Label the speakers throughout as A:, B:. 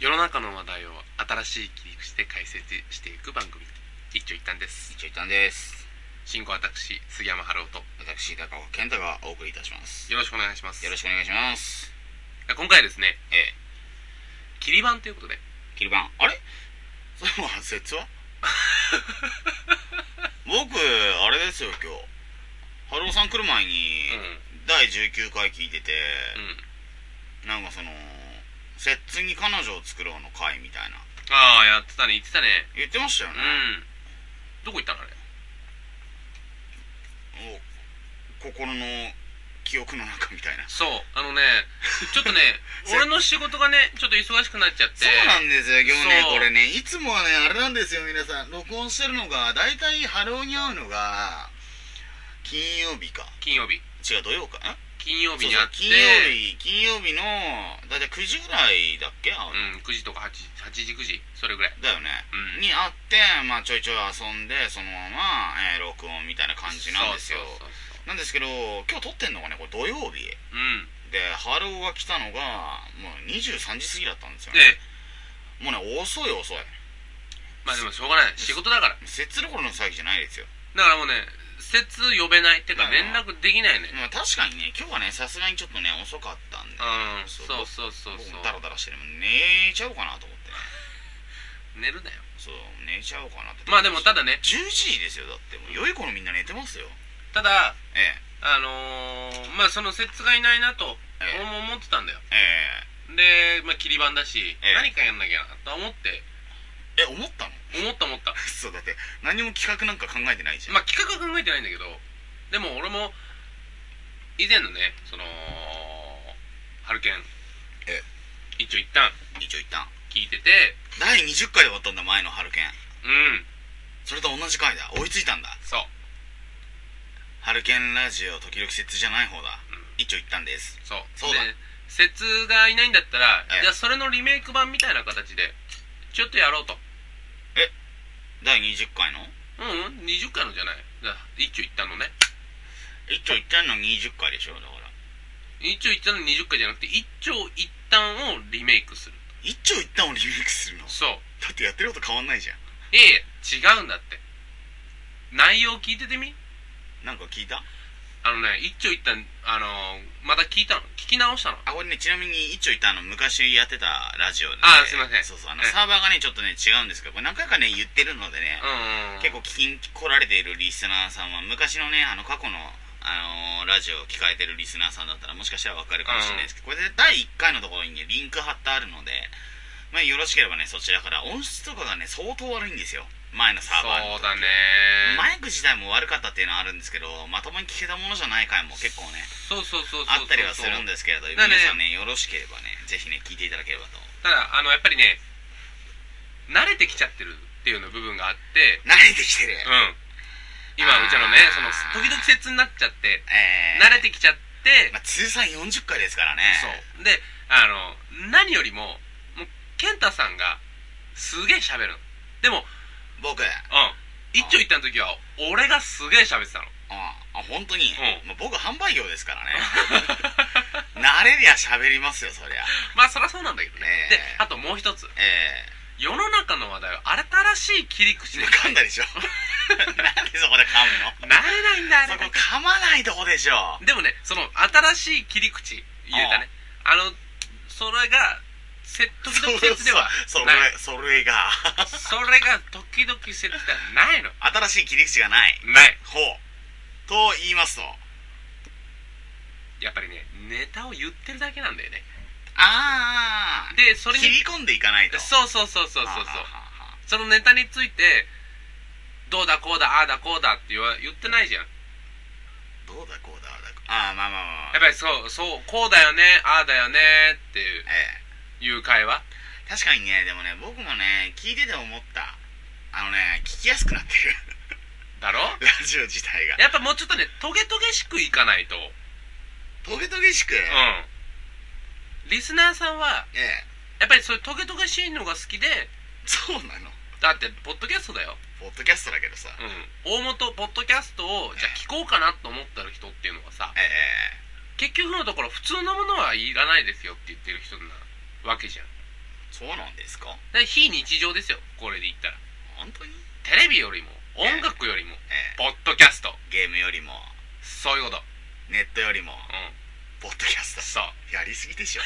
A: 世の中の話題を新しい切り口で解説していく番組一挙一短です
B: 一応一旦です
A: 進行は私杉山春夫と
B: 私高岡健太がお送りいたしますよ
A: よろしくお願いします
B: ろしくお願いします
A: 今回はですね
B: え
A: 切り版ということで
B: えキルバンあれ それは説は僕あれですよ今日春尾さん来る前に、第19回聞いてて、
A: うんうん
B: なんかその摂津に彼女を作ろうの回みたいな
A: ああやってたね言ってたね
B: 言ってましたよ
A: う
B: ね、
A: んどこ行ったのあれ
B: もう心の記憶の中みたいな、
A: そうあ のねちょっとね俺の仕事がねちょっと忙しくなっちゃって
B: そうなんですよ今日ね
A: そう
B: これねいつもはねあれなんですよ皆さん録音してるのが大体ハローに会うのが金曜日か
A: 金曜日
B: 違う土曜かん
A: 金曜日
B: そう
A: に
B: そ
A: 会
B: う
A: って
B: 金曜日金曜日の大体9時ぐらいだっけ会うの
A: うん9時とか8時8時9時それぐらい
B: だよね、
A: うん
B: に会って、まあ、ちょいちょい遊んでそのまま、えー録音みたいな感じなんですよ
A: そうそうそうそう
B: なんですけど今日撮ってんのがねこれ土曜日
A: うん
B: で春尾が来たのがもう23時過ぎだったんですよね
A: で
B: もうね遅い遅い
A: まあでもしょうがない仕事だから
B: 接する頃の騒ぎじゃないですよ、
A: だからもうね接呼べないっていうか
B: まあ
A: 連絡できないね
B: まあ、確かにね今日はねさすがにちょっとね遅かったんで
A: うん
B: そ
A: そううそうそう
B: 僕
A: そ
B: も
A: う
B: ダラダラしてるもん寝ちゃおうかなと思ってね
A: 寝るなよ
B: そう寝ちゃおうかなって
A: まあでもただね
B: 10時ですよだってもう良い子のみんな寝てますよ
A: ただ
B: え
A: あのー、まあその接がいないなと
B: え
A: 俺も思ってたんだよ
B: ええ
A: で、まあ、切り板だし、
B: ええ
A: 何かやんなきゃなと思って
B: ええ思ったの
A: 思った思った
B: そうだって何も企画なんか考えてないじゃん、
A: まあ企画は考えてないんだけどでも俺も以前のねそのハルケン
B: え
A: 一応一旦
B: 一応一旦
A: 聞いてて
B: 第20回で終わったんだ前の春剣
A: うん
B: それと同じ回だ追いついたんだ
A: そう、
B: 春剣ラジオ時々接じゃない方だ
A: うん
B: 一応一旦です
A: そう
B: そうだ
A: で説がいないんだったら
B: ええ
A: じゃあそれのリメイク版みたいな形でちょっとやろうと
B: 第20回の
A: うん、うん、20回のじゃないじゃあ一応一旦のね
B: 一丁一旦の20回でしょだから
A: 一応一旦の20回じゃなくて一丁一旦をリメイクする
B: 一丁一旦をリメイクするのだ
A: そう
B: ってやってること変わんないじゃん
A: ええ違うんだって内容聞いててみ
B: なんか聞いた
A: あのね一丁一旦あのーまた聞いたの聞き直したの
B: あこれねちなみに一丁一旦あの昔やってたラジオで
A: あすいません
B: そうそうあの
A: ええ
B: サーバーがねちょっとね違うんですけどこれ何回かね言ってるのでね、
A: うんうん
B: 結構聞きに来られているリスナーさんは昔のねあの過去のあのーラジオを聞かれてるリスナーさんだったらもしかしたらわかるかもしれないですけど、これで第1回のところにねリンク貼ってあるので、まあ、よろしければねそちらから音質とかがね相当悪いんですよ前のサーバーの
A: そうだね
B: マイク自体も悪かったっていうのはあるんですけどまともに聞けたものじゃない回も結構ね
A: そうそうそうそうそう
B: あったりはするんですけれど
A: だね
B: 皆さんねよろしければねぜひね聞いていただければと
A: ただあのやっぱりね慣れてきちゃってるっていうの部分があって
B: 慣れてきてる、
A: うん今
B: あー
A: うちのねその時々節になっちゃって
B: えー
A: 慣れてきちゃって、
B: まあ、通算40回ですからね
A: そうであの何よりももう健太さんがすげえ喋るのでも
B: 僕
A: うん一丁行った時は俺がすげえ喋ってたの
B: ああ本当に、
A: う
B: まあ、僕販売業ですから ね慣れりゃ喋りますよそりゃ
A: まあそりゃそうなんだけどね、
B: ええ
A: であともう一つ
B: え
A: 世の中の話題を新しい切り口
B: え
A: で
B: 噛んだ でしょなんでそこで噛むの
A: なれないんだあ
B: そ
A: れ
B: こ噛まないとこでしょ
A: でもねその新しい切り口言えたねあのそれがせ時々説では
B: そう
A: ない
B: それそれが
A: それが時々説ではないの
B: 新しい切り口がない
A: ない
B: ほうと言いますと
A: やっぱりねネタを言ってるだけなんだよね
B: ああ
A: でそれに
B: 切り込んでいかないと
A: そうそうそうそうそうそう
B: はあはあはあ
A: そのネタについてどうだこうだああだこうだって言わ言ってないじゃん
B: どうだこうだああだこうああまあまあまあ、ま
A: やっ
B: あ、
A: ぱりそうそうこうだよねああだよねっていう
B: ええ
A: いう会話
B: 確かにねでもね僕もね聞いてて思ったあのね聞きやすくなってる
A: だろ
B: ラジオ自体が
A: やっぱもうちょっとねトゲトゲしくいかないとう
B: トゲトゲしく、え
A: んリスナーさんは
B: え
A: やっぱりそういうトゲトゲしいのが好きで
B: そうなの
A: だってポッドキャストだよ、
B: ポッドキャストだけどさ、
A: うん、大元ポッドキャストをじゃあ聞こうかなと思った人っていうのはさ
B: ええ
A: 結局のところ普通のものはいらないですよって言ってる人なわけじゃん
B: そそうなんですか
A: で非日常ですよこれで言ったら
B: 本当に
A: テレビよりも音楽よりも
B: え
A: ポッドキャスト
B: えゲームよりも
A: そういうこと
B: ネットよりも
A: う
B: ポッドキャス
A: んそう
B: トやりすぎでしょ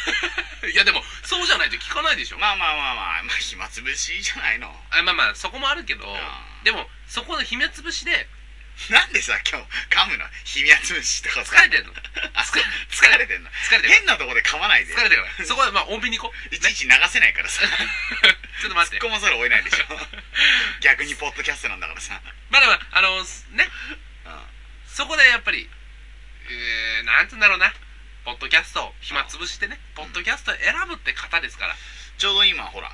A: いやでもそうじ ゃないと聞かないでしょ、ま
B: まあまあまあまあ、まあ、暇つぶしじゃないの
A: あ、まあまあそこもあるけど
B: あー
A: でもそこの暇つぶしで
B: なんでさ今日噛むの 暇つぶしとか
A: 疲
B: さ
A: れてるの
B: あそこ疲れてんの
A: 疲れてる
B: 変なとこで噛まないで
A: 疲れてるからそこはまあ穏便に行こう
B: いちいち流せないからさ
A: ちょっと待って
B: 突っ込まざるを得ないで しょ逆にポッドキャストなんだからさ、
A: まあでもあのねそこでやっぱりえー、なんつうんだろうなポッドキャストを暇つぶしてねポッドキャストを選ぶって方ですから
B: ちょうど今ほら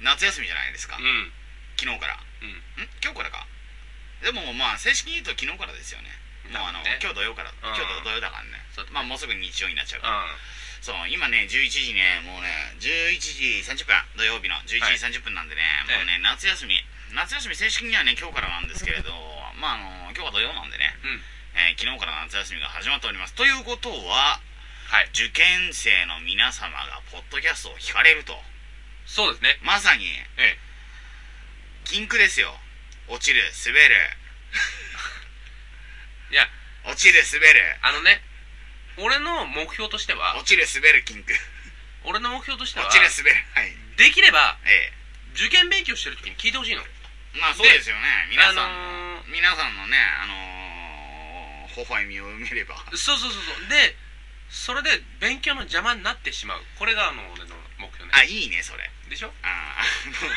B: 夏休みじゃないですか、
A: うん
B: 昨日から
A: うん
B: ん今日からかでもまあ正式に言うと昨日からですよねもうあの、
A: ね
B: 今日土曜から、今日土曜だからね
A: そうだね
B: まあもうすぐ日曜になっちゃう
A: う
B: から、
A: ん
B: そう今ね11時ねもうね11時30分土曜日の11時30分なんでね、
A: はい
B: もうね夏休み夏休み正式にはね今日からなんですけれどまああの今日は土曜なんでね、
A: うん
B: えー昨日から夏休みが始まっておりますということは
A: はい
B: 受験生の皆様がポッドキャストを聞かれると
A: そうですね
B: まさに
A: ええ
B: 禁句ですよ落ちる滑る
A: いや
B: 落ちる滑る
A: あのね俺の目標としては
B: 落ちる滑る禁句
A: 俺の目標としては
B: 落ちる滑るはい
A: できれば
B: え
A: 受験勉強してる時に聞いてほしいの
B: えまあそうですよね皆さんの、
A: あの
B: 皆さんのねあのー、微笑みを埋めれば
A: そうそうそうそうでそれで勉強の邪魔になってしまうこれがあの俺の目標ね
B: あいいねそれ
A: でしょ
B: あーあの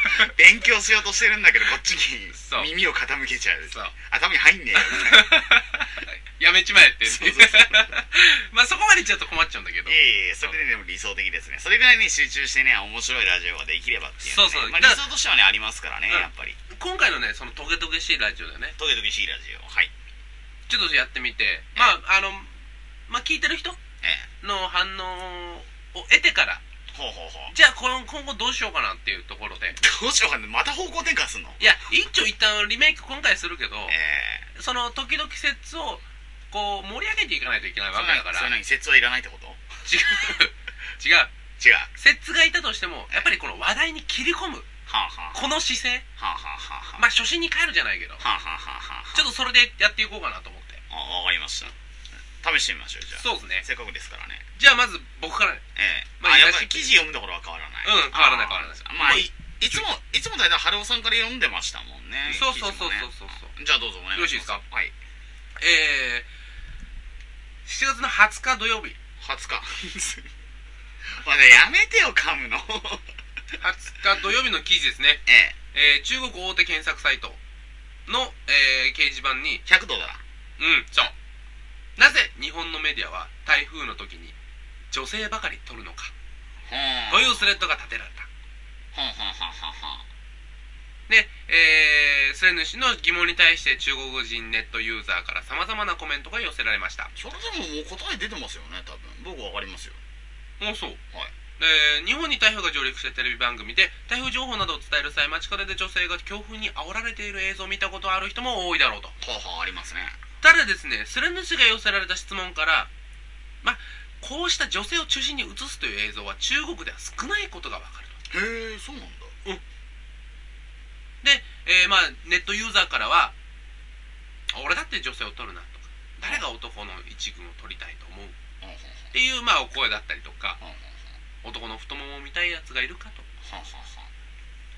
B: 勉強しようとしてるんだけどこっちに
A: そう
B: 耳を傾けちゃう
A: そう
B: 頭に入んねえよ
A: やめちまえって
B: そうそうそう
A: まあそこまでいっちゃうと困っちゃうんだけど
B: いえいえそれでねでも理想的ですねそれぐらいに集中してね面白いラジオができればっていうのはね、
A: そうそう
B: まあ、理想としてはねありますからね、
A: うん
B: やっぱり
A: 今回のねそのトゲトゲしいラジオだよね
B: トゲトゲしいラジオはい
A: ちょっとやってみてまああのまあ聞いてる人
B: え
A: の反応を得てから
B: えほうほうほう
A: じゃあこの今後どうしようかなっていうところで
B: どうしようかなまた方向転換すんの
A: いや一丁一旦リメイク今回するけど
B: ええ
A: その時々説をこう盛り上げていかないといけないわ
B: そん
A: け
B: な
A: だから
B: そん
A: 違う
B: なに説はいらないってこと
A: 違う
B: 違う
A: 説がいたとしてもやっぱりこの話題に切り込む
B: はあはあ
A: この姿勢
B: はあはあはあ
A: まあ初心に帰るじゃないけど
B: はあはあはあはあ
A: ちょっとそれでやっていこうかなと思って
B: あわかりました試してみましょうじゃあ
A: そうですね
B: せっかくですからね
A: じゃあまず僕からね
B: ええ
A: まあ
B: まあやっぱり
A: いざ
B: 記事読むところは変わらない
A: うん変わらない
B: あ
A: 変
B: ー
A: わらないです
B: まあいいつもいつも大体春尾さんから読んでましたもんね
A: そうそうそう
B: 記事もね
A: そうそうそ
B: じゃあどうぞお願いします
A: よろしいですか
B: はい
A: えー、7月の20日土曜日
B: 20日まあねやめてよ噛むの
A: 20日土曜日の記事ですね、
B: ええ
A: えー、中国大手検索サイトの、えー掲示板に
B: 100度だな
A: うんそうなぜ日本のメディアは台風の時に女性ばかり撮るのか
B: ほん
A: というスレッドが立てられた
B: ほんほんほんほんほん
A: で、えー、スレ主の疑問に対して中国人ネットユーザーからさまざまなコメントが寄せられました
B: それでももう答え出てますよね多分僕わかりますよ
A: おそう
B: はい
A: えー日本に台風が上陸してテレビ番組で台風情報などを伝える際街角で女性が強風に煽られている映像を見たことある人も多いだろうと
B: ほうほうありますね
A: ただですねスレ主が寄せられた質問からまあこうした女性を中心に映すという映像は中国では少ないことがわかると
B: へえそうなんだ
A: で、えーまあ、ネットユーザーからは俺だって女性を撮るなとか誰が男の一軍を撮りたいと思うっ
B: ほんほんほん
A: ていう、まあ、お声だったりとか
B: ほんほん
A: 男の太ももを見たいやつがいるかと
B: ほんほんほん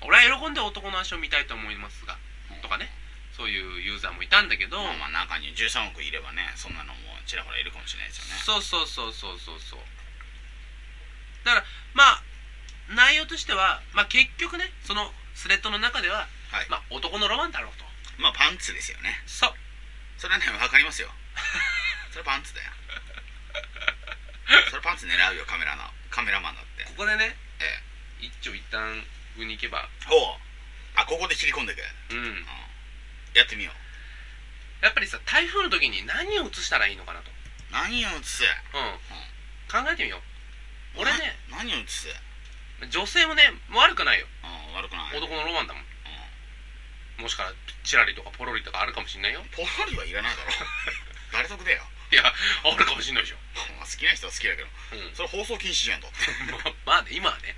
A: 俺は喜んで男の足を見たいと思いますがとかねそういうユーザーもいたんだけど、
B: まあまあ中に13億いればねそんなのもちらほらいるかもしれないですよ
A: そう
B: ね
A: そうそうそうそうそうだからまあ内容としては、まあ、結局ねそのスレッドの中では、
B: はい
A: まあ、男のロマンだろうと
B: まあパンツですよね
A: そう
B: それはね分かり ますよそれパンツだよそれパンツ狙うよカメラのカメラマンだって
A: ここでね
B: え
A: 一丁一短風に行けば
B: えほうあここで切り込んでいく、う
A: うん
B: ん、やってみよう
A: やっぱりさ台風の時に何を映したらいいのかなと
B: 何を映す
A: うん、考えてみよう俺ね
B: な何を映す
A: 女性もね悪くないよ
B: うん悪くない、うん、
A: 男のロマンだもんもしかしたらチラリとかポロリとかあるかもしんないよ
B: ポロリはいらないだろ誰得だよ
A: いやあるかもしんないでしょ、
B: まあ好きな人は好きだけど
A: うん、
B: それ放送禁止じゃんだって
A: まあね今はね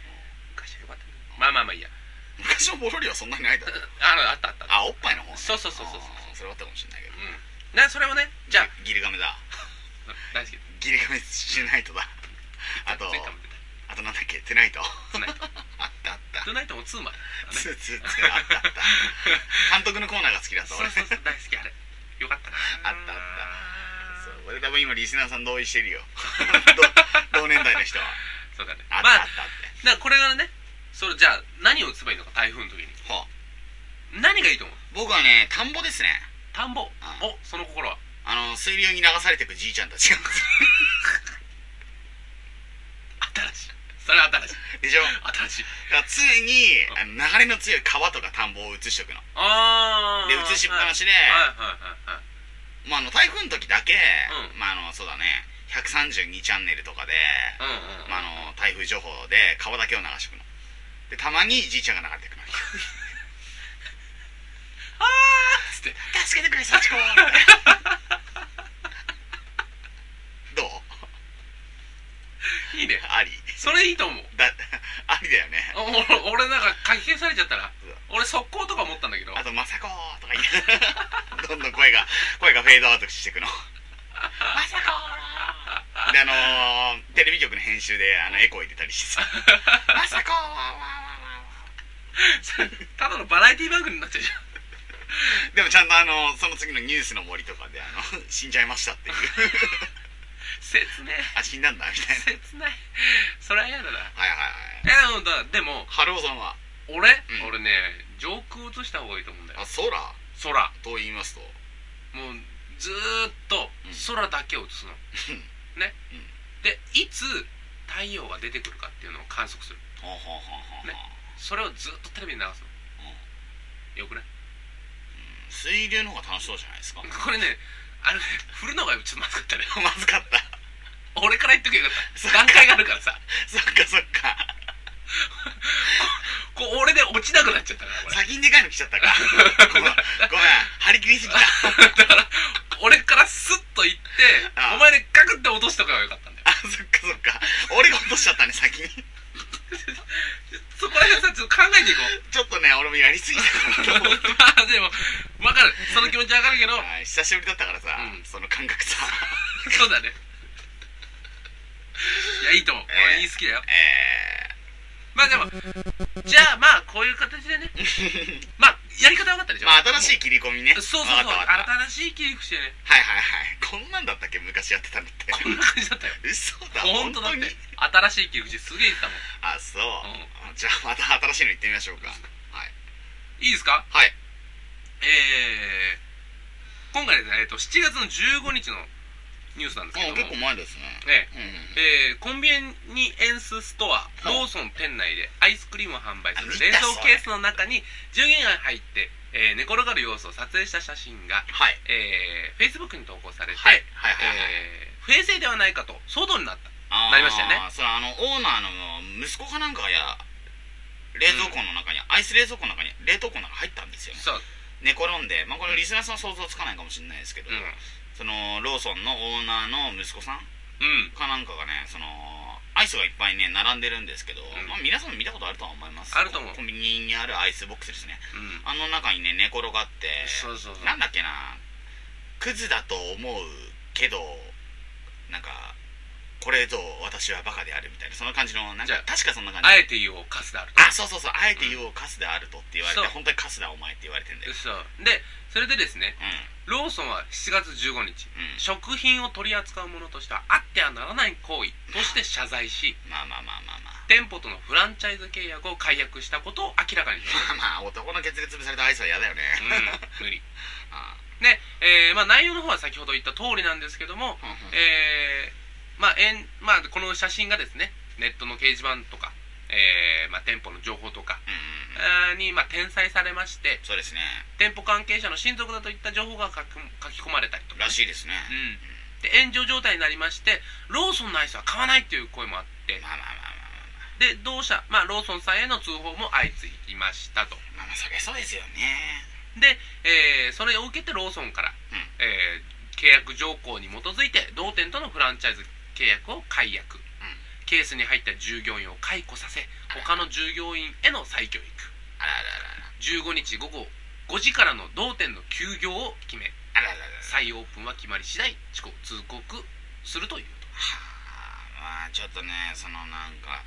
A: 昔はよかったけどまあまあまあいいや
B: 昔のボロリはそんなにないだろ
A: あのあったあったあ
B: あおっぱいの方
A: そうそうそうそうそう
B: あーそれはあったかもしれないけど
A: うんなそれをねじゃあ
B: ギリガメだ
A: 大好き
B: ギリガメしないとだあと
A: 前回も出た
B: あとなんだっけテナイト
A: トゥナイト
B: あったあった
A: トゥナイトも2までだね
B: ツーツーツーあった あった監督のコーナーが好きだった
A: そう
B: 俺
A: そうそう大好きあれよかったな
B: あったあったそう俺多分今リスナーさん同意してる よ同同年代の人は
A: そうだね
B: あったあ
A: ま
B: っ
A: あ
B: たって
A: だからこれがねそれじゃあ何を打つばいいのか台風の時に
B: ほう
A: 何がいいと思う
B: 僕はね田んぼですね
A: 田んぼおその心は
B: あの水流に流されてくじいちゃんたちが
A: 新しいそれは新しい
B: でしょ
A: 新しい
B: だから常にあの流れの強い川とか田んぼを移しとくの
A: ああ
B: で移しっぱなしで、
A: はいはいはいはい
B: まあ、あの台風の時だけ、
A: うん
B: まあ、あのそうだね132チャンネルとかで、
A: うんうん
B: まあ、あの台風情報で川だけを流してくのでたまにじいちゃんが流れてくの
A: あーっつって
B: 助けてくれ幸子みたいな ど
A: いい
B: う
A: ね
B: あり
A: それいいと思う
B: だありだよね
A: おお俺なんか書き消されちゃったら俺速攻とか思ったんだけど
B: あと「まさこ」とか言ってどんどん声が声がフェードアウトしてくの
A: まさか
B: であのー、テレビ局の編集であのエコー入れたりしてさ「まさこわわわわわ
A: ただのバラエティ番組になっちゃうじゃん
B: でもちゃんとあのその次のニュースの森とかであの 死んじゃいましたっていう
A: 切ね
B: あ死んだんだみたいな
A: 切ないそれは嫌だな
B: はいはいはい
A: えでもだでも
B: 春尾さんは
A: 俺、
B: うん
A: 俺ね上空映した方がいいと思うんだよ
B: あ空
A: 空
B: と言いますと
A: もうずーっと空だけを映すの、ね、
B: うん
A: でいつ太陽が出てくるかっていうのを観測する
B: ほうほうほうほうほう、
A: ねそれをずーっとテレビに流すのよくね
B: 水流の方が楽しそうじゃないですか
A: これねあれね振るのがちょっとまずかったね
B: まずかった
A: 俺から言っときゃよかった
B: そっか
A: 段階があるからさ
B: そっかそっか
A: こう俺で落ちなくなっちゃったからこれ
B: 先にでかいの来ちゃったかごめんごめん張り切りすぎた
A: 俺からスッと行って
B: ああ
A: お前でガクって落としとけばよかったんだよ
B: あそっかそっか俺が落としちゃったね先に
A: そこら辺さちょっと考えていこう
B: ちょっとね俺もやりすぎた かなと思って
A: まあでも分かるその気持ち分かる けど
B: はい久しぶりだったからさ、
A: うん
B: その感覚さ
A: そうだねいやいいと思う、
B: ええ
A: 俺いい好きだよ
B: え
A: まあでもじゃあまあこういう形 でねまあやり方分かったでし
B: ー、
A: ょ
B: まあ新し
A: い
B: い切り込みね
A: そうそうそう
B: わかったわかった
A: 新しい切り口でね
B: はいはいはいこんなんだったっけ昔やってたのって
A: こんな感じだったよ
B: 嘘だ
A: 本当だって
B: に
A: 新しい切り口すげえ言ってたもん
B: あそう、
A: う
B: じゃあまた新しいの行ってみましょうかはい
A: いいですか
B: はい
A: えー、今回ですね、えー、と7月の15日のニュースなんですけども、
B: 前ですね
A: ええ
B: うん
A: えーコンビニエンスストアローソン店内でアイスクリームを販売す
B: あ
A: る
B: 見た
A: 冷蔵ケースの中に10元が入って、えー寝転がる様子を撮影した写真が、
B: はい
A: えー、Facebook に投稿されて、
B: はいはいはいはい、
A: えー不衛生ではないかと騒動になった
B: あー
A: なりましたよね
B: それあのオーナーの息子かなんかがや冷蔵庫の中に、アイス冷蔵庫の中に冷凍庫の中入ったんですよね
A: そう、
B: 寝転んで、まあ、これリスナーさん想像つかないかもしれないですけど、
A: うん
B: そのローソンのオーナーの息子さん
A: うん、
B: かなんかがねそのアイスがいっぱいね並んでるんですけど、
A: ん
B: まあ、皆さんも見たことあるとは思います
A: あると思う
B: コンビニにあるアイスボックスですね
A: うん、
B: あの中にね寝転がって
A: そうそうそう
B: なんだっけなクズだと思うけどなんかこれぞ私はバカであるみたいなそんな感じのなん
A: じゃ
B: か
A: あ
B: 確かそんな感じ
A: あえて言おうカスであると
B: あそうそうそうあえて言おうカスであるとって言われて
A: そう
B: 本当にカスだお前って言われてんだよ
A: そうでそれでですね
B: うん
A: ローソンは7月15日
B: うん
A: 食品を取り扱うものとしてはあってはならない行為として謝罪 し
B: まあまあまあまあまあ
A: 店舗とのフランチャイズ契約を解約したことを明らかにしまし
B: まあまあ男のケツで潰されたアイスは嫌だよね
A: たうん無理
B: あ
A: で、えーまあ、内容の方は先ほど言った通りなんですけども、
B: ーうんうん
A: えーまあえんまあ、この写真がですねネットの掲示板とか、えーまあ、店舗の情報とか
B: うん
A: えーに、まあ、転載されまして
B: そうですね
A: 店舗関係者の親族だといった情報が書き書き込まれたりとから
B: しいですね
A: うん、で炎上状態になりましてローソンのアイスは買わないという声もあって
B: まあまあまあ
A: で同社、まあ、ローソンさんへの通報も相次ぎましたと
B: まあまあまあまあまあそりゃそうですよね
A: で、えーそれを受けてローソンから、
B: うん
A: え契約条項に基づいて同店とのフランチャイズ契約を解約、ケースに入った従業員を解雇させ他の従業員への再教育
B: あらあら
A: 15日午後5時からの同店の休業を決め
B: あらあらあらあらあら
A: 再オープンは決まり次第遅刻通告するという
B: はあまあちょっとねそのなんか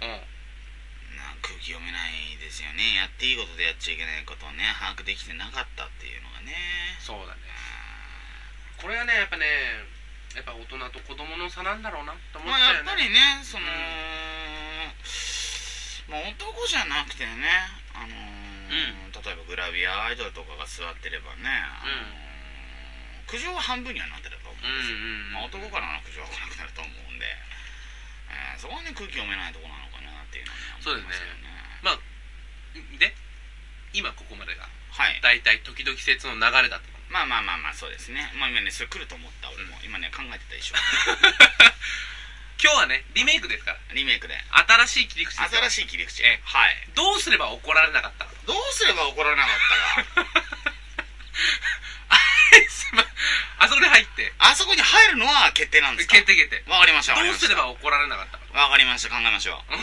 A: と、うん、
B: なんか空気読めないですよねやっていいことでやっちゃいけないことをね把握できてなかったっていうのがね
A: そうだね
B: あ
A: これはねやっぱねやっぱ大人と子供の差なんだろうなと
B: ー
A: 思っ
B: ま
A: た
B: あや
A: よ
B: っぱ
A: ね、
B: りねその、
A: うん
B: まあ男じゃなくてねあのー例えばグラビアアイドルとかが座ってればね、あのー苦情は半分にはなってると思
A: うん
B: うんですよ、
A: うん
B: まあ、男からの苦情は来なくなると思うんで、えーそこはね空気読めないとこなのかなっていうのはね
A: そう
B: 思
A: で
B: い
A: すね
B: ますよね
A: で今ここまでが
B: はい
A: 大体時々説の流れだった
B: まあまあまあまあそうですねまあ今ねそれ来ると思った俺も、今ね考えてたでしょ
A: 今日はねリメイクですから
B: リメイクで
A: 新しい切り口ですよ
B: 新しい切り口
A: ええ
B: はい
A: どうすれば怒られなかったの
B: どうすれば怒られなかったか
A: すまんあそこで入って
B: あそこに入るのは決定なんですか
A: 決定決定
B: わかりましたわかり
A: どう
B: まし
A: す
B: た
A: れば怒られなかったの
B: わかりました考えましょう、 うん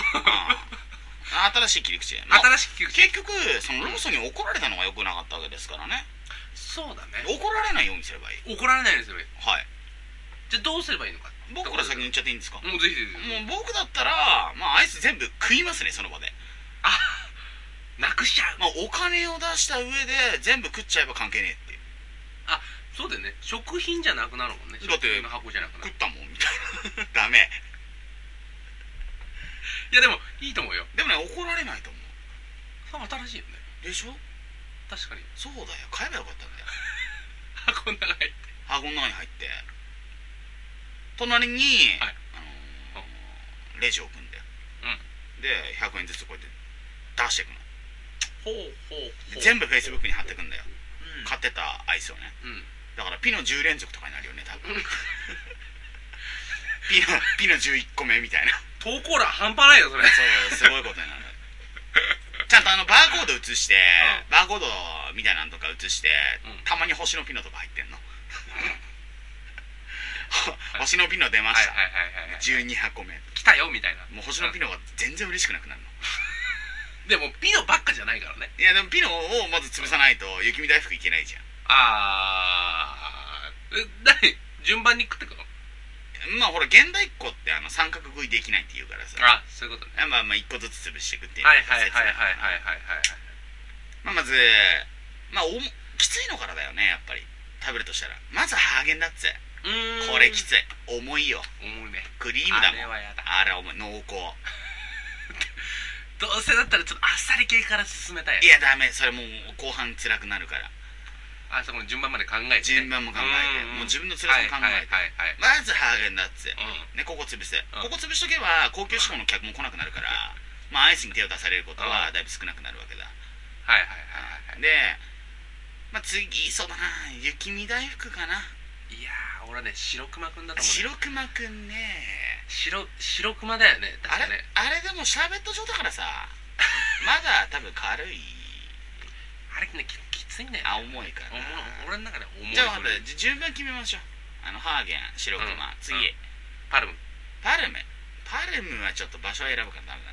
B: 新しい切り口で、まあ
A: 新しい切り口
B: 結局そのローソンに怒られたのが良くなかったわけですからね
A: そうだね
B: 怒られないようにすればいい
A: 怒られないですよね
B: はい
A: じゃあどうすればいいのか
B: 僕から先に言っちゃっていいんですか、
A: もうぜひぜひ
B: もう僕だったらまあアイス全部食いますねその場で
A: あなくしちゃう
B: まあお金を出した上で全部食っちゃえば関係ねえっていう
A: そうだよね食品じゃなくなるもんね
B: だって
A: 食品の箱じゃなくな
B: 食
A: る
B: ったもんみたいな ダメ
A: いやでもいいと思うよ
B: でもね怒られないと思う
A: 新しいよね
B: でしょ
A: 確かに
B: そうだよ買えばよかったんだよ
A: 箱の中に入って
B: 箱の中に入って隣に、
A: はい
B: あのーレジを置くんだよ、で100円ずつこうやって出していくの
A: ほうほうほう
B: 全部フェイスブックに貼ってくんだよ
A: うん
B: 買ってたアイスをね
A: うん
B: だからピノ10連続とかになるよね多分ピノピノ11個目みたいな
A: 投稿欄半端ないよそれ
B: そうすごいことになるちゃんとあのバーコード写して、
A: う
B: バーコードみたいなのとか写して、
A: うん
B: たまに星のピノとか入ってんの星のピノ出ました、
A: はいはいはいはい
B: 12箱目
A: 来たよみたいな
B: もう星のピノが全然嬉しくなくなるの
A: でもピノばっかじゃないからね
B: いやでもピノをまず潰さないと雪見大福いけないじゃん
A: あーえ何順番に食ってくの
B: まあほら現代っ子ってあの三角食いできないって言うからさ
A: あそういうことね
B: まあまあ一個ずつ潰していくっていう
A: はいはいはいはいはいはいはい
B: い、まあ、まずまあおもきついのからだよねやっぱり食べるとしたらまずハーゲンダッツ
A: うーん
B: これき
A: い
B: つい重いよ
A: 重いね
B: クリーム
A: あ
B: だ
A: れ
B: もん
A: はやだ
B: あら重い濃厚
A: どうせだったらちょっとあっさり系から進めたい
B: いやダメそれもう後半辛くなるから
A: あそこの順番まで考えて
B: 順番も考えて
A: ん
B: もう自分の辛さも考えて
A: はいはいはいはい
B: まずハーゲンダッツ
A: うん
B: ね、ここ潰す、
A: ん
B: ここ潰しとけば高級志向の客も来なくなるから、まあ、アイスに手を出されることはだいぶ少なくなるわけだ、
A: はいはいはいはい
B: で、まあ、次そうだな雪見大福かない
A: やー俺はね白熊くんだと思う、ね、
B: 白熊くんね
A: 白白熊だよね
B: あ
A: 確か
B: れ
A: ね
B: あれでもシャーベット状だからさ まだ多分軽い
A: あれねききついんだよ、ね、
B: あ重いか
A: 重い
B: ら
A: 俺の中で重い
B: じゃあ分かったじゃあ順番決めましょうあのハーゲン白熊、
A: うん
B: 次、
A: うんパルム
B: パルムパルムはちょっと場所を選ぶからダ メだ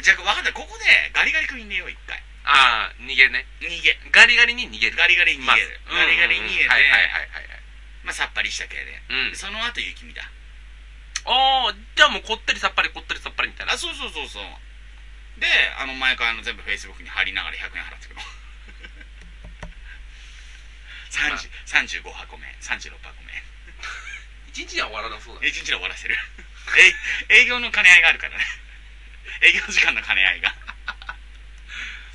B: なじゃあ分かったここでガリガリ君入れよう一回
A: ああ逃げね
B: 逃げ
A: ガリガリに逃げる
B: ガリガリ逃げる、
A: まず
B: ガリガリ逃げて、
A: うんはいはいはいはいはい
B: まあ、さっぱりした系で、
A: うん
B: その後雪見だ
A: ああじゃあもうこってりさっぱりこってりさっぱりみたいな
B: あそうそうそうそうであの前からあの全部フェイスブックに貼りながら100円払ってくの 30 35箱目36箱目
A: 一日には終わらなそうだね
B: 一日で終わらせる え営業の兼ね合いがあるからね 営業時間の兼ね合いが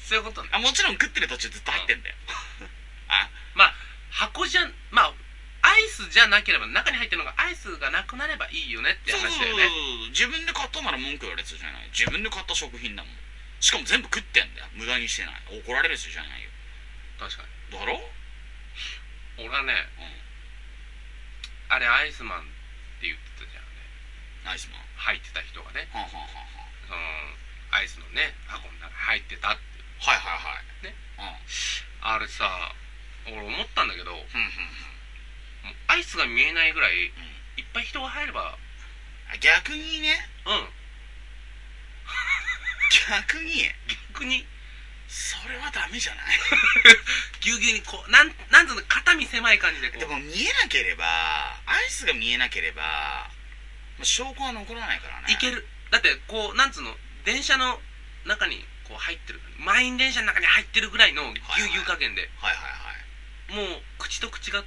A: そういうことね
B: あもちろん食ってる途中ずっと入ってんだよあ
A: まあ箱じゃまあアイスじゃなければ中に入ってるのがアイスがなくなればいいよねって
B: そうそう
A: 話
B: そう
A: だよね
B: そう自分で買ったなら文句言われてるじゃない自分で買った食品だもんしかも全部食ってんだよ無駄にしてない怒られる人じゃないよ
A: 確か
B: だろ
A: に俺はね
B: う
A: あれアイスマンって言ってたじゃんね
B: んナイスマン
A: 入ってた人がね
B: はんはんはんはん
A: そのアイスのね箱の中に入ってたって
B: はいはいはい
A: ね
B: うん
A: あれさ俺思ったんだけどもう
B: ふんふんふん
A: アイスが見えないぐらいいっぱい人が入れば
B: あ逆にね
A: うん
B: 逆に
A: 逆に
B: それはダメじゃない
A: ぎゅうぎゅうにこうなんなんつうの肩身狭い感じでこ
B: で
A: う
B: も見えなければアイスが見えなければまあ証拠は残らないからね
A: いけるだってこうなんつうの電車の中にこう入ってる満員電車の中に入ってるぐらいのぎゅうぎゅう加減で、
B: はいはいはい
A: もう口と口が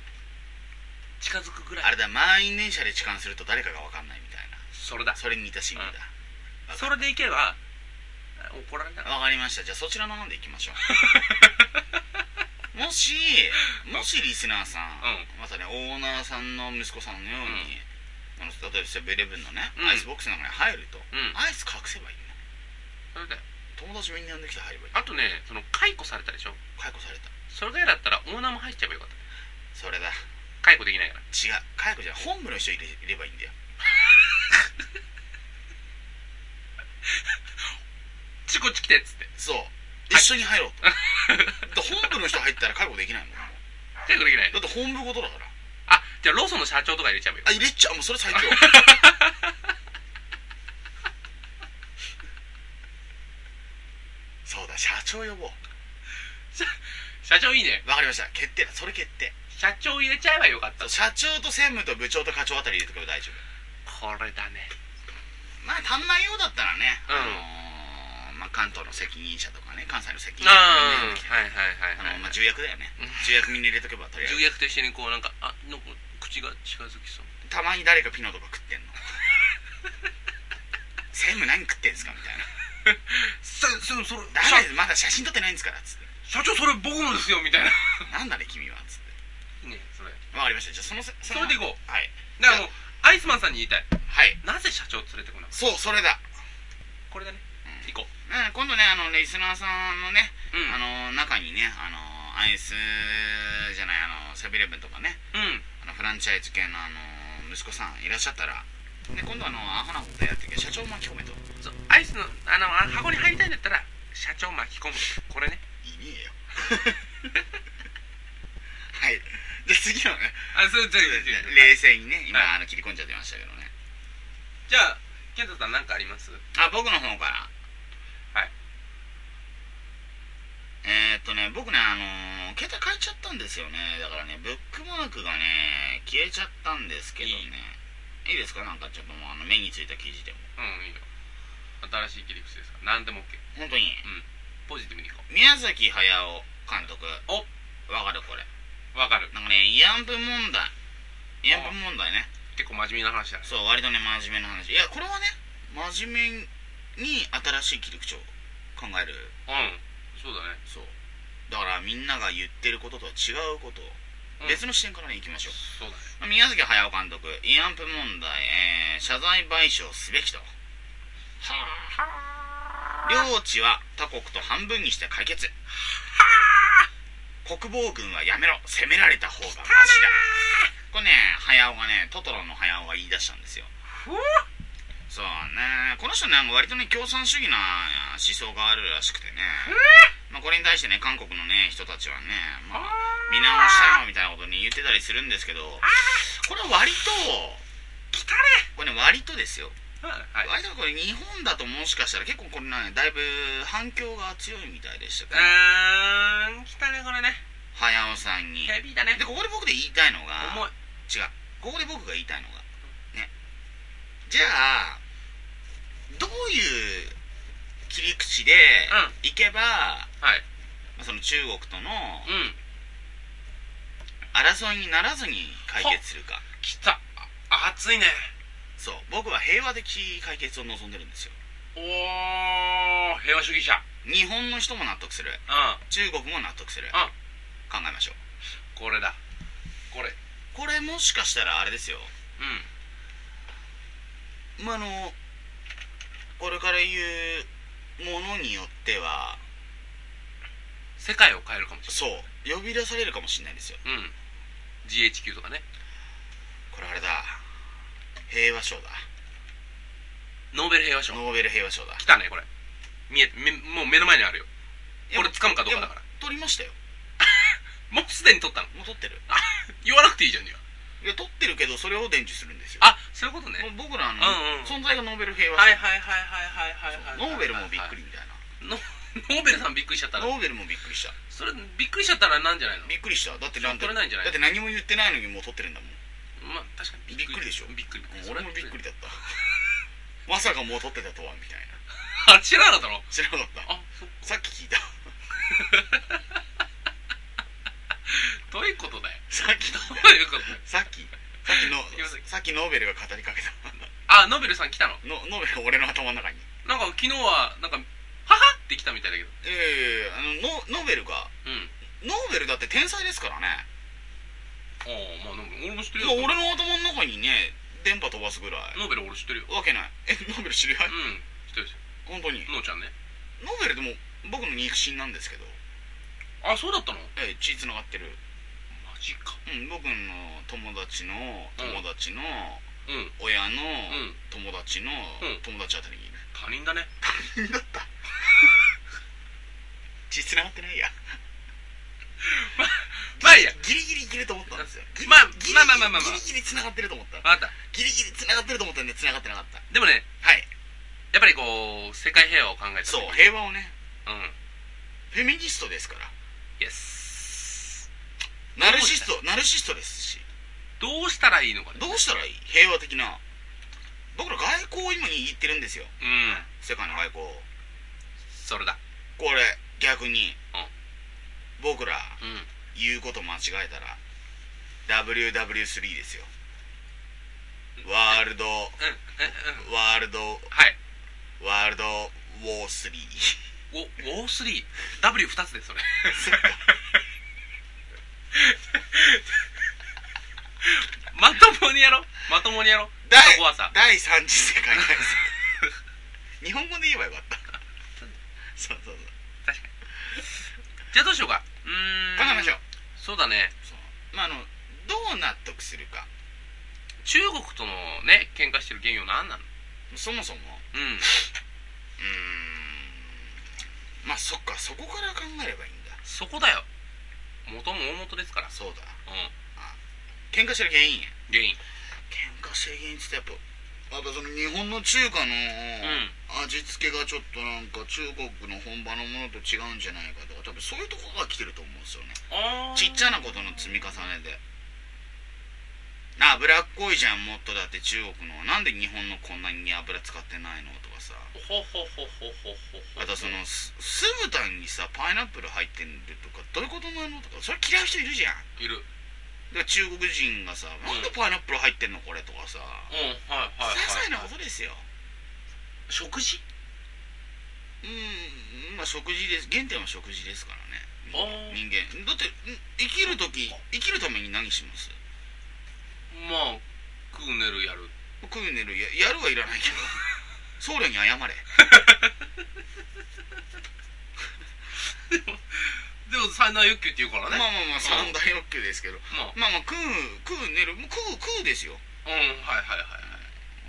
A: 近づくぐら
B: あ
A: い
B: れだ満員電車で痴漢すると誰かが分かんないみたいな
A: それだ
B: それに似た心理だわ
A: そ
B: か
A: れでいけばあ怒られない
B: わかりましたじゃあそちらの方でいきましょ うもしもしリスナーさん、
A: う
B: まさにオーナーさんの息子さんのように、あの例えばセブンイレブンのね、
A: うん
B: アイスボックスの中に入ると、
A: うん
B: アイス隠せばいいの
A: それだよ
B: 友達みんなできて入ればいい
A: あとねその解雇されたでしょ
B: 解雇された
A: それぐらいだったらオーナーも入っちゃえばよかった
B: それだ
A: 解雇できないから
B: 違う解雇じゃない本部の人いれいればいいんだよ
A: ちこっち来てっつって
B: そう、
A: い
B: 一緒に入ろうとだって本部の人入ったら解雇できないもんだ
A: 解雇できない
B: って本部ごとだから
A: あじゃあローソンの社長とか入れちゃえばよ
B: あ入れちゃうもうそれ最強 そうだ社長呼ぼう
A: 社長いいね
B: わかりました決定だそれ決定
A: 社長入れちゃえばよかった
B: そう社長と専務と部長と課長あたり入れてくれば大丈
A: こ
B: 夫
A: れだね
B: まあ足んないようだったらね、
A: うん
B: あのーまあ、関東の責任者とかね関西の責任者とか
A: あ
B: ね
A: はいはいはいはい、
B: あのまあ、重役だよね
A: うん
B: 重役みんな入れとけばとりあえ
A: 重
B: ず
A: 役と一緒にこうなんかあの口が近づきそう
B: たまに誰かピノとか食って んの専務何食ってんすかみたいな
A: さそれそれ
B: 「ダメですまだ写真撮ってないんですから」っつって
A: 社長それ僕のですよみたいな
B: 「なんだね君は」っつって
A: ねそれ
B: わかりましたじゃあそのせそ
A: それでいこ
B: うはい
A: だからもうアイスマンさんに言いたい
B: はい
A: なぜ社長連れてこなかっ
B: そうそれだ、
A: たこれだね
B: うん
A: 行こ
B: ね今度ねあのリスナーさんのね、
A: ううん
B: あの中にねあのアイスじゃないあのセブンイレブンとかね
A: うん
B: あのフランチャイズ系のあの息子さんいらっしゃったらで今度あのアホなことやってるけど社長巻き込めと
A: そうアイスのあのあ箱に入りたいんだったら社長巻き込むこれね
B: いねえよ はいじゃあ次のね
A: あそれじゃ
B: 冷静にね今、
A: は
B: あの切り込んじゃってましたけどね
A: じゃあ健太さん何かあります
B: あ僕の方から
A: はい
B: えー、っとね僕ねあのー携帯変えちゃったんですよねだからねブックマークがね消えちゃったんですけどねいいですかなんかちょっともうあの目についた記事でも
A: うんいいよ新しい切り口ですから何でも OK
B: 本当に
A: ポジティブにいこ
B: 宮崎駿監督
A: お
B: わかるこれ
A: うわかる
B: なんかね慰安婦問題慰安婦問題ね
A: 結構真面目な話だね
B: そう割とね真面目な話いやこれはね真面目に新しい切り口を考える
A: うんそうだね
B: そうだからみんなが言ってることとは違うことを、
A: うん
B: 別の視点からねいきましょう
A: そうだね
B: まあ宮崎駿監督慰安婦問題、えー謝罪賠償すべきと領地は他国と半分にして解決国防軍はやめろ攻められた方がマシだこれね駿がねトトロの駿が言い出したんですよ
A: ふう
B: そうねこの人ね割とね共産主義な思想があるらしくてね、まあ、これに対してね韓国のね人たちはね、まあ、見直したよみたいなことに言ってたりするんですけどこれ割と
A: 来たね
B: これね割とですよ
A: はい
B: 割とこれ日本だともしかしたら結構これねだいぶ反響が強いみたいでしたけ
A: う
B: ど
A: ーん来たねこれね
B: 早尾さんに
A: ヘビーだね
B: でここで僕で言いたいのが
A: 重い
B: 違うここで僕が言いたいのがねじゃあどういう切り口で
A: う
B: いけば、
A: はい
B: まあその中国と
A: う
B: の
A: ん
B: 争いにならずに解決するか
A: 来たあ熱いね
B: そう僕は平和的解決を望んでるんですよ
A: おー平和主義者
B: 日本の人も納得する
A: うん
B: 中国も納得す
A: う
B: る
A: ん
B: 考えましょう
A: これだこれ
B: これもしかしたらあれですよ
A: うん
B: まああのこれから言うものによっては
A: 世界を変えるかもし
B: そう呼び出されるかもしれないですよ
A: れないうん GHQ とかね
B: これあれだ平和賞だ
A: ノーベル平和賞
B: ノーベル平和賞だ
A: 来たねこれ見えめもう目の前にあるよこれ掴むかどうかだから
B: 取りましたよ
A: もうすでに撮ったの
B: もう撮ってる
A: 言わなくていいじゃんじゃ
B: いや撮ってるけどそれを伝授するんですよ
A: ああそういうことね
B: もう僕らあの、
A: うんうん
B: 存在がノーベル平和
A: はい
B: 賞
A: はいはいはいはいはいはい
B: ノーベルもびっくりみたいな、
A: ノノーベルさんびっくりしちゃったら
B: ノーベルもびっくりした
A: それびっくりしちゃったらなんじゃないの
B: びっくりしただってなんて
A: それないんじゃない
B: だって何も言ってないのにもう撮ってるんだもん
A: まあ確かに
B: びっくりでしょ
A: びっくり
B: 俺もびっくりだった まさかもう撮ってたとはみたい
A: あ
B: な
A: 知らなかったの
B: 知らなかった
A: あそ
B: さっき聞いた
A: どういうことだよ
B: さっき
A: ど
B: さ
A: う
B: っ
A: いうことだよ
B: きさっきの
A: 今さっき
B: さっきノーベルが語りかけた
A: あノーベルさん来たの
B: のノーベルが俺の頭の中に
A: なんか昨日はなんか「はは」って来たみたいだけど
B: いやいやいやあのノノーベルが
A: うん
B: ノーベルだって天才ですからね
A: ああまあノーベル俺も知ってるよ
B: もう俺の頭の中にね電波飛ばすぐらい
A: ノーベル俺知ってるよ
B: わけないえノーベル知り合
A: う
B: い
A: ん知ってるし
B: 本当に
A: のーちゃんね
B: ノーベルでも僕の肉親なんですけど
A: あそうだったの
B: ええ血つながってる
A: マジか
B: うん僕の友達の友達の
A: うん
B: 親の
A: うん
B: 友達の
A: うん
B: 友達あたりにいる
A: 他人だね
B: 他人だった 血つながってないや
A: まあいいや
B: ギリギリギリと思ったんですよギリ
A: まあ
B: ギリ
A: まあまあまあまあまあ
B: ギリギリつながってると思った
A: 分かった
B: ギリギリつながってると思ったんでつながってなかった
A: でもね
B: はい
A: やっぱりこう世界平和を考えた
B: そう
A: う
B: 平和をね
A: うん
B: フェミニストですから
A: イエス
B: ナルシストナルシストですし
A: どうしたらいいのかね
B: どうしたらいい平和的な僕ら外交を今握ってるんですよ
A: うん
B: 世界の外交を
A: それだ
B: これ逆に
A: うん
B: 僕ら
A: うん
B: 言うこと間違えたら WW3 ですよワールド
A: うんうんうん
B: ワールド
A: はい
B: ワールドウォー3
A: おウォースリー W2 つでそれ まともにやろうまともにやろうそこはさ
B: 第3次世界大戦日本語で言えばよかったそうそうそう
A: じゃあどうしようかうーん
B: 考えましょう
A: そうだね
B: そうまああのどう納得するか
A: 中国とのね喧嘩してる原因は何なの
B: そもそも
A: うん
B: うーんまあそっかそこから考えればいいんだ
A: そこだよ元も大元ですから
B: そうだ
A: うん
B: 喧嘩してる原因や
A: 原因
B: 喧嘩してる原因っつってやっぱやっぱその日本の中華の
A: ん
B: 味付けがちょっとなんか中国の本場のものと違うんじゃないかとか多分そういうとこが来てると思うんですよね
A: あ
B: ちっちゃなことの積み重ねでなあ脂っこいじゃんもっとだって中国のなんで日本のこんなに油使ってないのとかさ
A: ほほほほほほほ
B: あとそのす酢豚にさパイナップル入ってるとかどういうことなのとかそれ嫌う人いるじゃん
A: いる
B: だから中国人がさ「なんでパイナップル入ってんのこれ」とかさ
A: うんはいはいはい
B: 些細なことですよ
A: 食事
B: うんまあ食事です原点は食事ですから
A: あー
B: ね人間人間だってん生きる時生きるために何します
A: まあ食う寝るやる
B: クーネルややるはいらない けど僧侶に謝れ
A: でも三大欲求って言うから
B: まあま
A: ね
B: あまあ三大欲求ですけど
A: まあ
B: まあまあクークーネルもうクークーですよ
A: うんはいはいは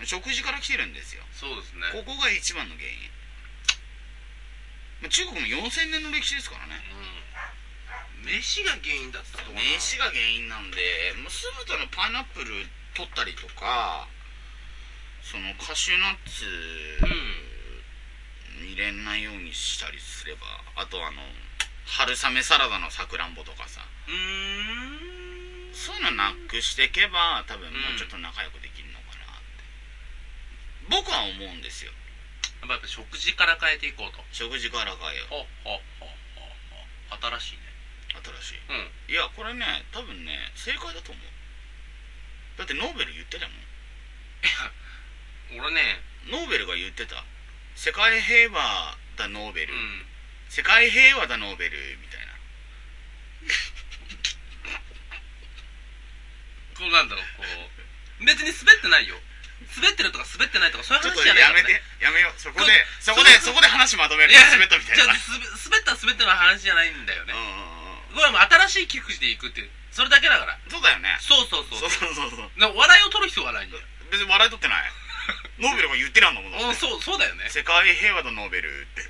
A: いはい
B: 食事から来てるんですよ
A: そうですね
B: ここが一番の原因まあ中国も4000年の歴史ですからね
A: うん飯が原因だったと思うな
B: 飯が原因なんでもう酢豚のパイナップル取ったりとかそのカシューナッツ入れないようにしたりすればあとあの春雨サラダのさくらんぼとかさ
A: うーん
B: そういうのなくしていけば多分もうちょっと仲良くできるのかなって、僕は思うんですよ
A: やっぱやっぱ食事から変えていこうと
B: 食事からかよ
A: ほほほほほ新しいね
B: 新しい
A: うん
B: いやこれね多分ね正解だと思うだってノーベル言ってたもん
A: 俺ね
B: ノーベルが言ってた世界平和だノーベ
A: う
B: ル、
A: ん
B: 世界平和だノーベルみたいな
A: こうなんだろうこう別に滑ってないよ滑ってるとか滑ってないとかそういう
B: ちょっ
A: 話じ
B: と
A: ゃない
B: や
A: から
B: め
A: ね
B: てやめようそこでそ
A: そ
B: こで
A: そ
B: そこで話まとめ
A: い
B: る
A: や
B: 滑ったみた
A: じ
B: い
A: ゃ
B: な
A: あす滑った滑っての話じゃないんだよね
B: うんうんうん
A: これはもう新しい切り口でいくっていうそれだけだから
B: そうだよね
A: そうそう
B: そう
A: そう
B: そうそうそう
A: な笑いを取る人がないんだよ
B: 別に笑い取ってない ノーベルが言ってらんのもんだって
A: うんそうそうだよね
B: 世界平和だノーベルって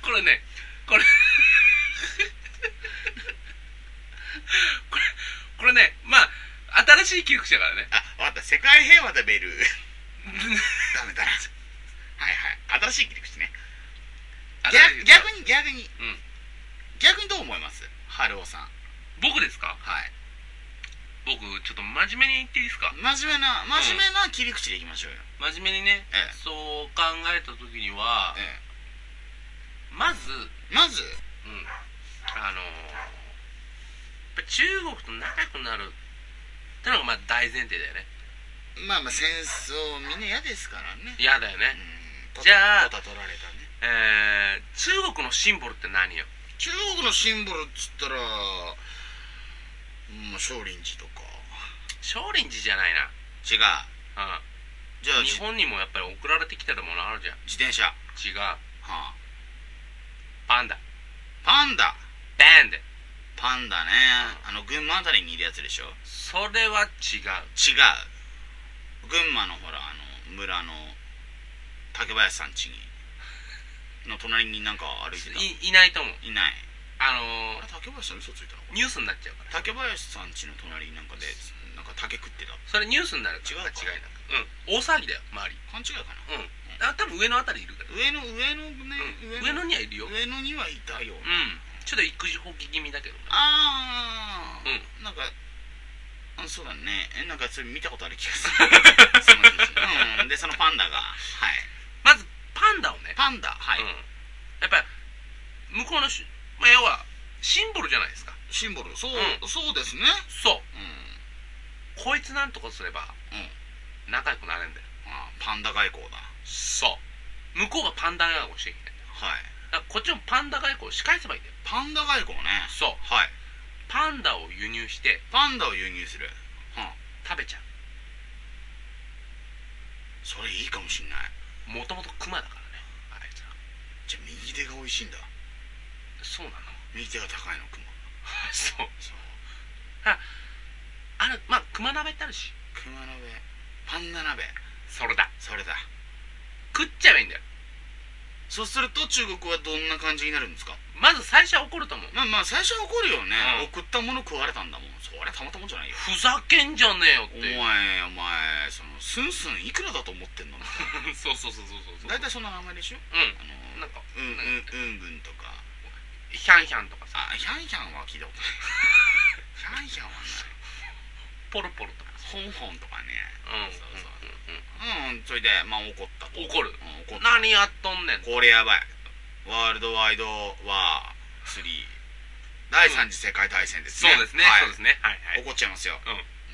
A: これねこれこれねまあ新しい切り口だからね
B: あ分かった世界平和だベル ダメだなはいはい新しい切り口ね逆
A: 新しい
B: 逆に逆に、
A: ん
B: 逆にどう思います春尾さん
A: 僕ですか
B: はい
A: 僕ちょっと真面目に言っていいですか
B: 真面目な真面目な切り口でいきましょうよ、
A: 真面目にね、
B: ええ
A: そう考えた時には、
B: え
A: まず、
B: えまず
A: うん、あのーやっぱ中国と仲良くなるってのがまあ大前提だよね
B: まあまあ戦争みんな嫌ですからね
A: 嫌だよ
B: う
A: ね、
B: ん
A: じゃあ
B: ポタ取られたね
A: えー、中国のシンボルって何よ
B: 中国のシンボルっつったら、うん、少林寺とか
A: 少林寺じゃないな
B: 違うじゃあ
A: うん、
B: じ
A: 日本にもやっぱり送られてきてるものあるじゃん
B: 自転車は
A: 違う
B: あ
A: パンダ
B: パンダ
A: バンダ
B: パンダねあの群馬あたりにいるやつでしょ
A: それは違う
B: 違う群馬のほらあの村の竹林さん家にの隣になんか歩いてたい
A: いいないと思う
B: ない
A: あの
B: あれ竹林さん嘘ついたの
A: ー、ニュースになっちゃうから
B: 竹林さん家の隣になんかでなんか竹食ってた
A: それニュースになるから
B: 違うか
A: 違いなくうん大騒ぎだよ周り
B: 勘違いかな
A: うんあ多分上のあたりいるから、
B: 上の上のね
A: うん、上のにはいるようん
B: 上野にはいたよ、
A: ちょっと育児放棄気味だけどね
B: ああ、
A: う
B: なんかあそうだねえなんかそれ見たことある気が するその記事うんでそのパンダがはい
A: まずパンダをね、
B: パンダはい、
A: うん、やっぱ向こうのし、まあ、要はシンボルじゃないですか
B: シンボルそう、
A: う
B: そうですね
A: そう
B: うん
A: こいつなんとかすれば
B: うん
A: 仲良くなれんだよ
B: あーパンダ外交だ
A: そう向こうがパンダ外交してきて
B: はい
A: だからこっちもパンダ外交を仕返せばいいんだよ
B: パンダ外交ね
A: そう
B: はい
A: パンダを輸入して
B: パンダを輸入するはあ
A: 食べちゃ
B: それいいかもしんないう
A: もともとクマだからねあいつら
B: じゃあ右手が美味しいんだ
A: そうなの
B: 右手が高いのクマ
A: そう
B: そう
A: あるまあクマ鍋ってあるし
B: クマ鍋パンダ鍋
A: それだ
B: それだ
A: 食っちゃえばいいんだよ
B: そうすると中国はどんな感じになるんですか
A: まず最初は怒ると思う
B: まあまあ最初は怒るよね、
A: うん
B: 送ったもの食われたんだもんそれたまたまじゃないよ
A: ふざけんじゃねえよって
B: お前お前そのスンスンいくらだと思ってんのみた い
A: そうそうそうそうそう
B: な大体そんな名前でしょ
A: う
B: あ
A: んな
B: の
A: んか
B: うんうんうんぐんとか
A: ヒャンヒャンとかさ
B: あヒャンヒャンは聞いたことないヒャンヒャンは
A: ポロポロとか
B: ないホンホンとかね
A: うん
B: そうそう
A: う
B: うん、それでまあ怒ったと
A: んうん怒る
B: うん怒った
A: 何やっとんねん
B: これやばいワールドワイドワー3第三次世界大戦です
A: そ
B: ね、
A: うですね
B: はい
A: そうですねはいはい
B: 怒っちゃいますよ、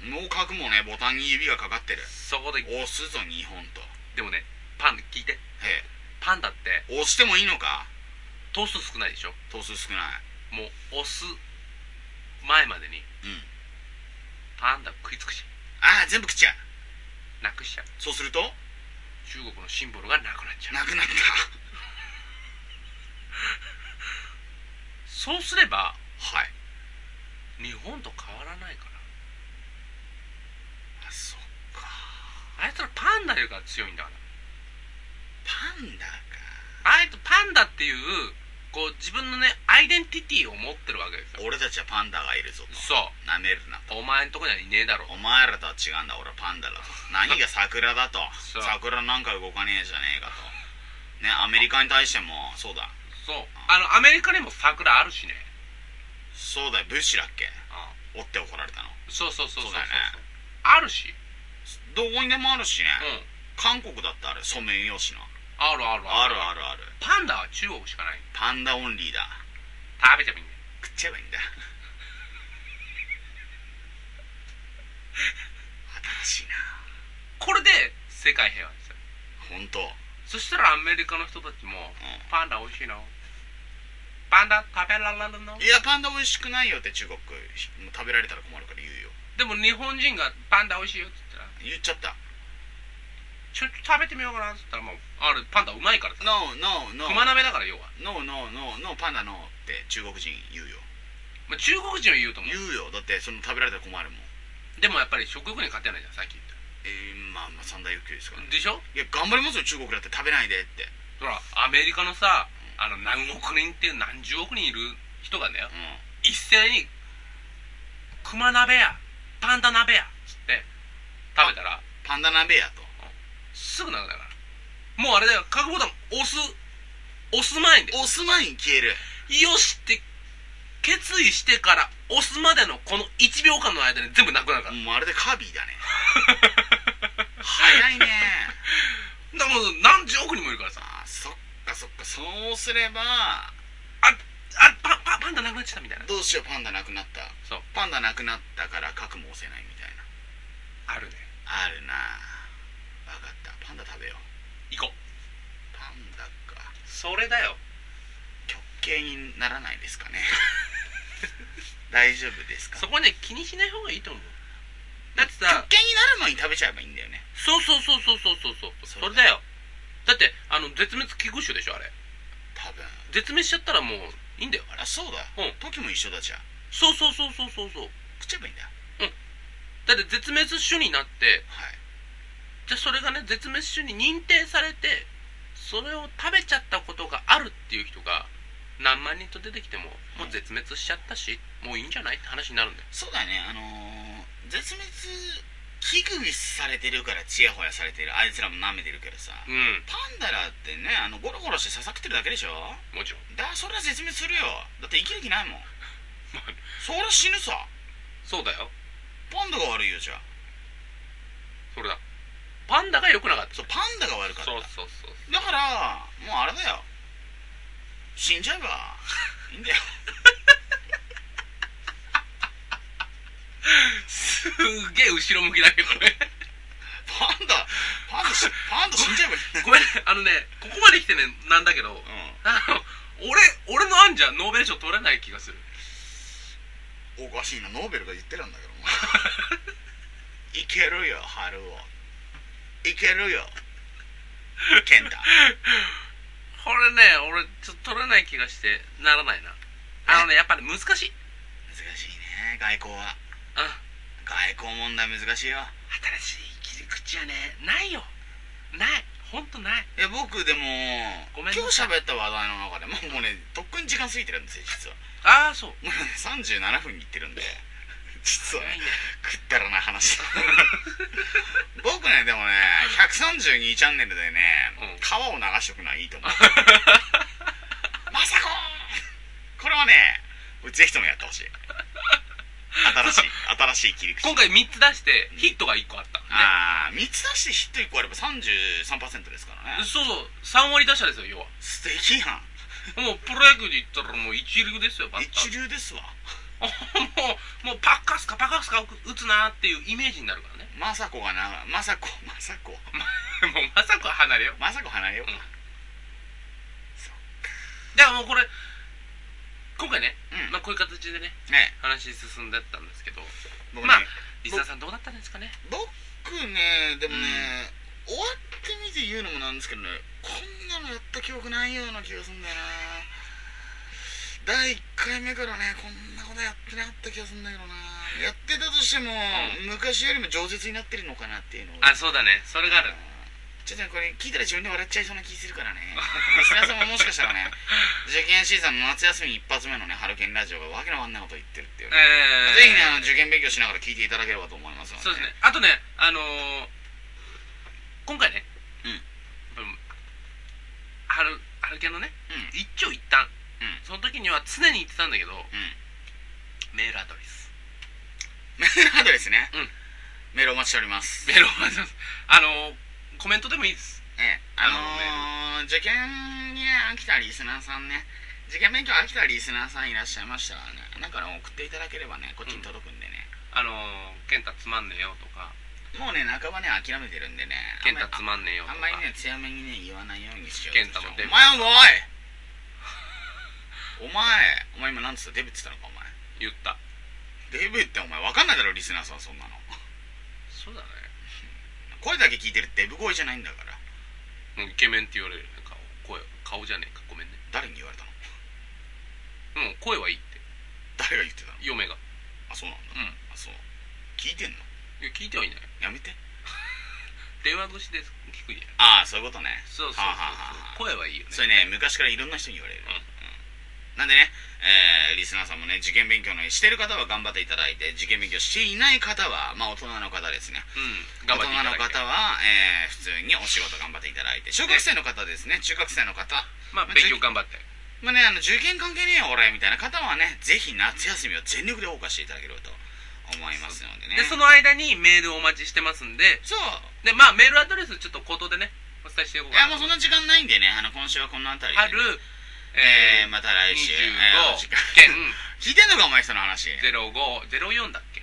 B: もう核もねボタンに指がかかってる
A: そこで
B: 押すぞ日本と
A: でもねパン聞いて
B: へ
A: パンダって
B: え押してもいいのか
A: 頭数少ないでしょ
B: 頭数少ない
A: もう押す前までに
B: うん
A: パンダ食い尽くしちゃ
B: ああ全部食っちゃう
A: うなくしちゃう
B: そうすると
A: 中国のシンボルがなくなっちゃう
B: なくなった
A: そうすれば
B: はい
A: 日本と変わらないから
B: あそっか
A: あいつらパンダよりか強いんだから
B: パンダか
A: あいつパンダっていうこう自分のねアイデンティティを持ってるわけですよ
B: 俺たちはパンダがいるぞと
A: そ
B: なめるな
A: うお前んとこにはいねえだろ
B: お前らとは違うんだ俺はパンダだと何が桜だと
A: そう
B: 桜なんか動かねえじゃねえかとねアメリカに対してもそうだ
A: そうあのアメリカにも桜あるしね
B: そうだよブッシュだっけ
A: あ
B: 追って怒られたの
A: そうそうそうそうそう
B: そうだよね
A: あるし
B: どこにでもあるしね、
A: うん
B: 韓国だってあるソメイヨシノ
A: あるある
B: あ
A: ある
B: るあるある
A: パンダは中国しかない
B: パンダオンリーだ
A: 食べちゃえばいいんだよ
B: 食っちゃえばいいんだ新しいな
A: これで世界平和ですよ
B: 本当。
A: そしたらアメリカの人たちも
B: うん
A: パンダ美味しいのパンダ食べられるの
B: いやパンダ美味しくないよって中国ひもう食べられたら困るから言うよ
A: でも日本人がパンダ美味しいよって言ったら
B: 言っちゃった
A: ちょっと食べてみようかなって言ったらもうあれパンダうまいからさ
B: No no no
A: 熊鍋だから要は、
B: ノーノーノーノーパンダノーって中国人言うよ
A: まあ、中国人は言うと思
B: 言
A: う
B: うよだってその食べられたら困るもん
A: でもやっぱり食欲に勝てないじゃんさっき言った
B: えー、まあまあ三大欲求ですからね
A: でしょ
B: いや頑張りますよ中国だって食べないでって
A: ほらアメリカのさあの何億人っていう何十億人いる人がね
B: うん
A: 一斉に「熊鍋やパンダ鍋や」っつって食べたら
B: パンダ鍋やと
A: すぐなくなるからもうあれだよ覚悟ボタン押す押す前に
B: 押す前に消える
A: よしって決意してから押すまでのこの1秒間の間に全部なくなるから、
B: もうまるでカービィだ ね早いね
A: だからもう何十億人もいるからさ
B: あーそっかそっかそうすれば
A: あパンパンパンダなくなっちゃったみたいな
B: どうしようパンダなくなった
A: そう
B: パンダなくなったから核も押せないみたいな
A: あるね
B: あるな分かったパンダ食べよう
A: 行こう
B: パンダか
A: それだよ
B: 極刑にならないですかね 大丈夫ですか
A: そ
B: 極
A: こね気にしない方がいいと思うだってさ
B: 刑になる前に食べちゃえばいいんだよね
A: そうそうそうそうそうそうそうそ
B: そうだ
A: れだよだってあの絶滅危惧種でしょあれ
B: 多分
A: 絶滅しちゃったらもういいんだよあれ
B: あそうだ、
A: うん
B: 時も一緒だじゃあ
A: そうそうそうそうそうそう
B: 食っちゃえばいいんだ
A: だって絶滅種になって
B: はい
A: じゃあそれがね絶滅種に認定されてそれを食べちゃったことがあるっていう人が何万人と出てきてももう絶滅しちゃったしもういいんじゃないって話になるんだよ
B: そうだねあのー、絶滅危惧されてるからちやほやされてるあいつらも舐めてるけどさ
A: うん
B: パンダらってねあのゴロゴロしてささくってるだけでしょ
A: もちろん
B: だそりゃ絶滅するよだって生きる気ないもん
A: まあ
B: そりゃ死ぬさ
A: そうだよ
B: パンダが悪いよじゃあ
A: それだパンダが良くなかった
B: そうパンダが悪かった
A: そうそうそう
B: だからもうあれだよ死んじゃえば いいんだよ
A: すーげえ後ろ向きだけどね
B: パンダパンダしパンダ死んじゃえばいい
A: ごめんねあのねここまで来てねなんだけどあの俺俺の案じゃノーベル賞取れない気がする
B: うんおかしいなノーベルが言ってるんだけどお前いけるよ春をいけるよ健太
A: これね俺ちょっと取れない気がしてならないなあのねやっぱり難しい
B: 難しいね外交は
A: うん
B: 外交問題難しいよ
A: 新しい切り口はねないよないほんとない
B: いや僕でも
A: ご
B: 今
A: めんな
B: 日
A: さい
B: 喋った話題の中でもうもうねとっくに時間過ぎてるんですよ実は
A: ああそう
B: もうね37分いってるんで実はね
A: いいね
B: くったらない 話だ僕ねでもね132チャンネルでね、
A: うん
B: 川を流しとくのはいい と思うまさここれはねぜひともやってほしい 新しい新しい切り口
A: 今回3つ出してヒットが1個あったね
B: ああ3つ出してヒット1個あれば33%ですからね
A: そうそう3割打者ですよ要は
B: 素敵やん
A: もうプロ野球で言ったらもう一流ですよバッター
B: 一流ですわ
A: もうもうパッカスかパッカスか打つなーっていうイメージになるからね
B: まさこがなまさこまさこ
A: もうまさか離れよう
B: まさこ離れようか
A: うんだからもうこれ今回ね、
B: うん
A: まあ、こういう形でね
B: ね
A: 話進んでったんですけど
B: 僕ね、
A: まあリスナーさんどうだったんですかね
B: 僕ねでもね、終わってみて言うのもなんですけどねこんなのやった記憶ないような気がするんだよな第1回目からねこんなことやってなかった気がするんだけどなやってたとしても、
A: う
B: 昔よりも饒舌になってるのかなっていうのを
A: あそうだねそれがある
B: ちょっとねこれ聞いたら自分で笑っちゃいそうな気するか らねリスナーさんももしかしたらね受験シーズンの夏休み一発目のねハルケンラジオがわけのわかんないこと言ってるっていうね、
A: え
B: ぜひねあの受験勉強しながら聞いていただければと思いますので
A: そうですねあとねあのー、今回ね
B: うん
A: うん春春系のね
B: うん
A: 一長一短、
B: うん
A: その時には常に言ってたんだけど
B: うん
A: メールアドレス
B: メールアドレスね、
A: うん
B: メールお待ちしております
A: メールをお待ちしてますあのー、コメントでもいいです
B: ええあのー、受験にね飽きたリスナーさんね受験勉強飽きたリスナーさんいらっしゃいましたらねなんかね送っていただければねこっちに届くんでね、
A: あのー、健太つまんねえよとか
B: もうね半ばね諦めてるんでね
A: 健太つまんねえよと
B: あ
A: か
B: んまりね強めにね言わないようにしよう
A: 健太のデ
B: お
A: ブ
B: 前おい お前お前今なんつったデブって言ったのかお前
A: 言った
B: デブってお前わかんないだろリスナーさんそんなの
A: そうだね
B: 声だけ聞いてるデブ声じゃないんだから
A: うんイケメンって言われるよね顔声顔じゃねえかごめんね
B: 誰に言われたの
A: うん声はいいって
B: 誰が言ってたの
A: 嫁がう
B: あそうなんだ
A: ん
B: あそう聞いてんの
A: いや聞いてはいない
B: やめて
A: 電話越しで聞くんや
B: ああそういうことね
A: そうそうそう
B: はあはあはあ
A: そう声はいいよね
B: それね昔からいろんな人に言われる、
A: うん
B: うんなんでね、えーリスナーさんもね、受験勉強のしてる方は頑張っていただいて、受験勉強していない方は、まあ大人の方ですね。
A: うん、
B: 大
A: 頑張っていた
B: 人
A: だ
B: の
A: きたい
B: 方は、えー普通にお仕事頑張っていただいて、小学生の方ですね、中学生の方、
A: まあ
B: まあ
A: 勉強頑張って
B: まあね、あの受験関係ねえよ俺みたいな方はね、ぜひ夏休みを全力で謳歌していただければと思いますのでね。
A: でその間にメールをお待ちしてますんで
B: そう
A: でまあメールアドレスちょっと口頭でねお伝えしていこう
B: い
A: か
B: や
A: な
B: もうそんな時間ないんでね、あの今週はこの辺りで、
A: ある、
B: え
A: え
B: ーまた来週、えーお時
A: 25
B: 間
A: 兼
B: 聞いてんのかお前その話。
A: 0504だっけ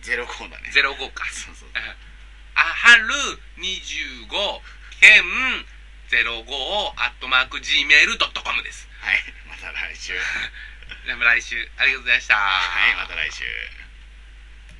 B: ゼロコーだね。
A: 05か
B: そうそう。
A: あはる25兼05アットマーク Gmail.com です
B: はい、また来週。
A: でも来週ありがとうございました
B: はい、また来週。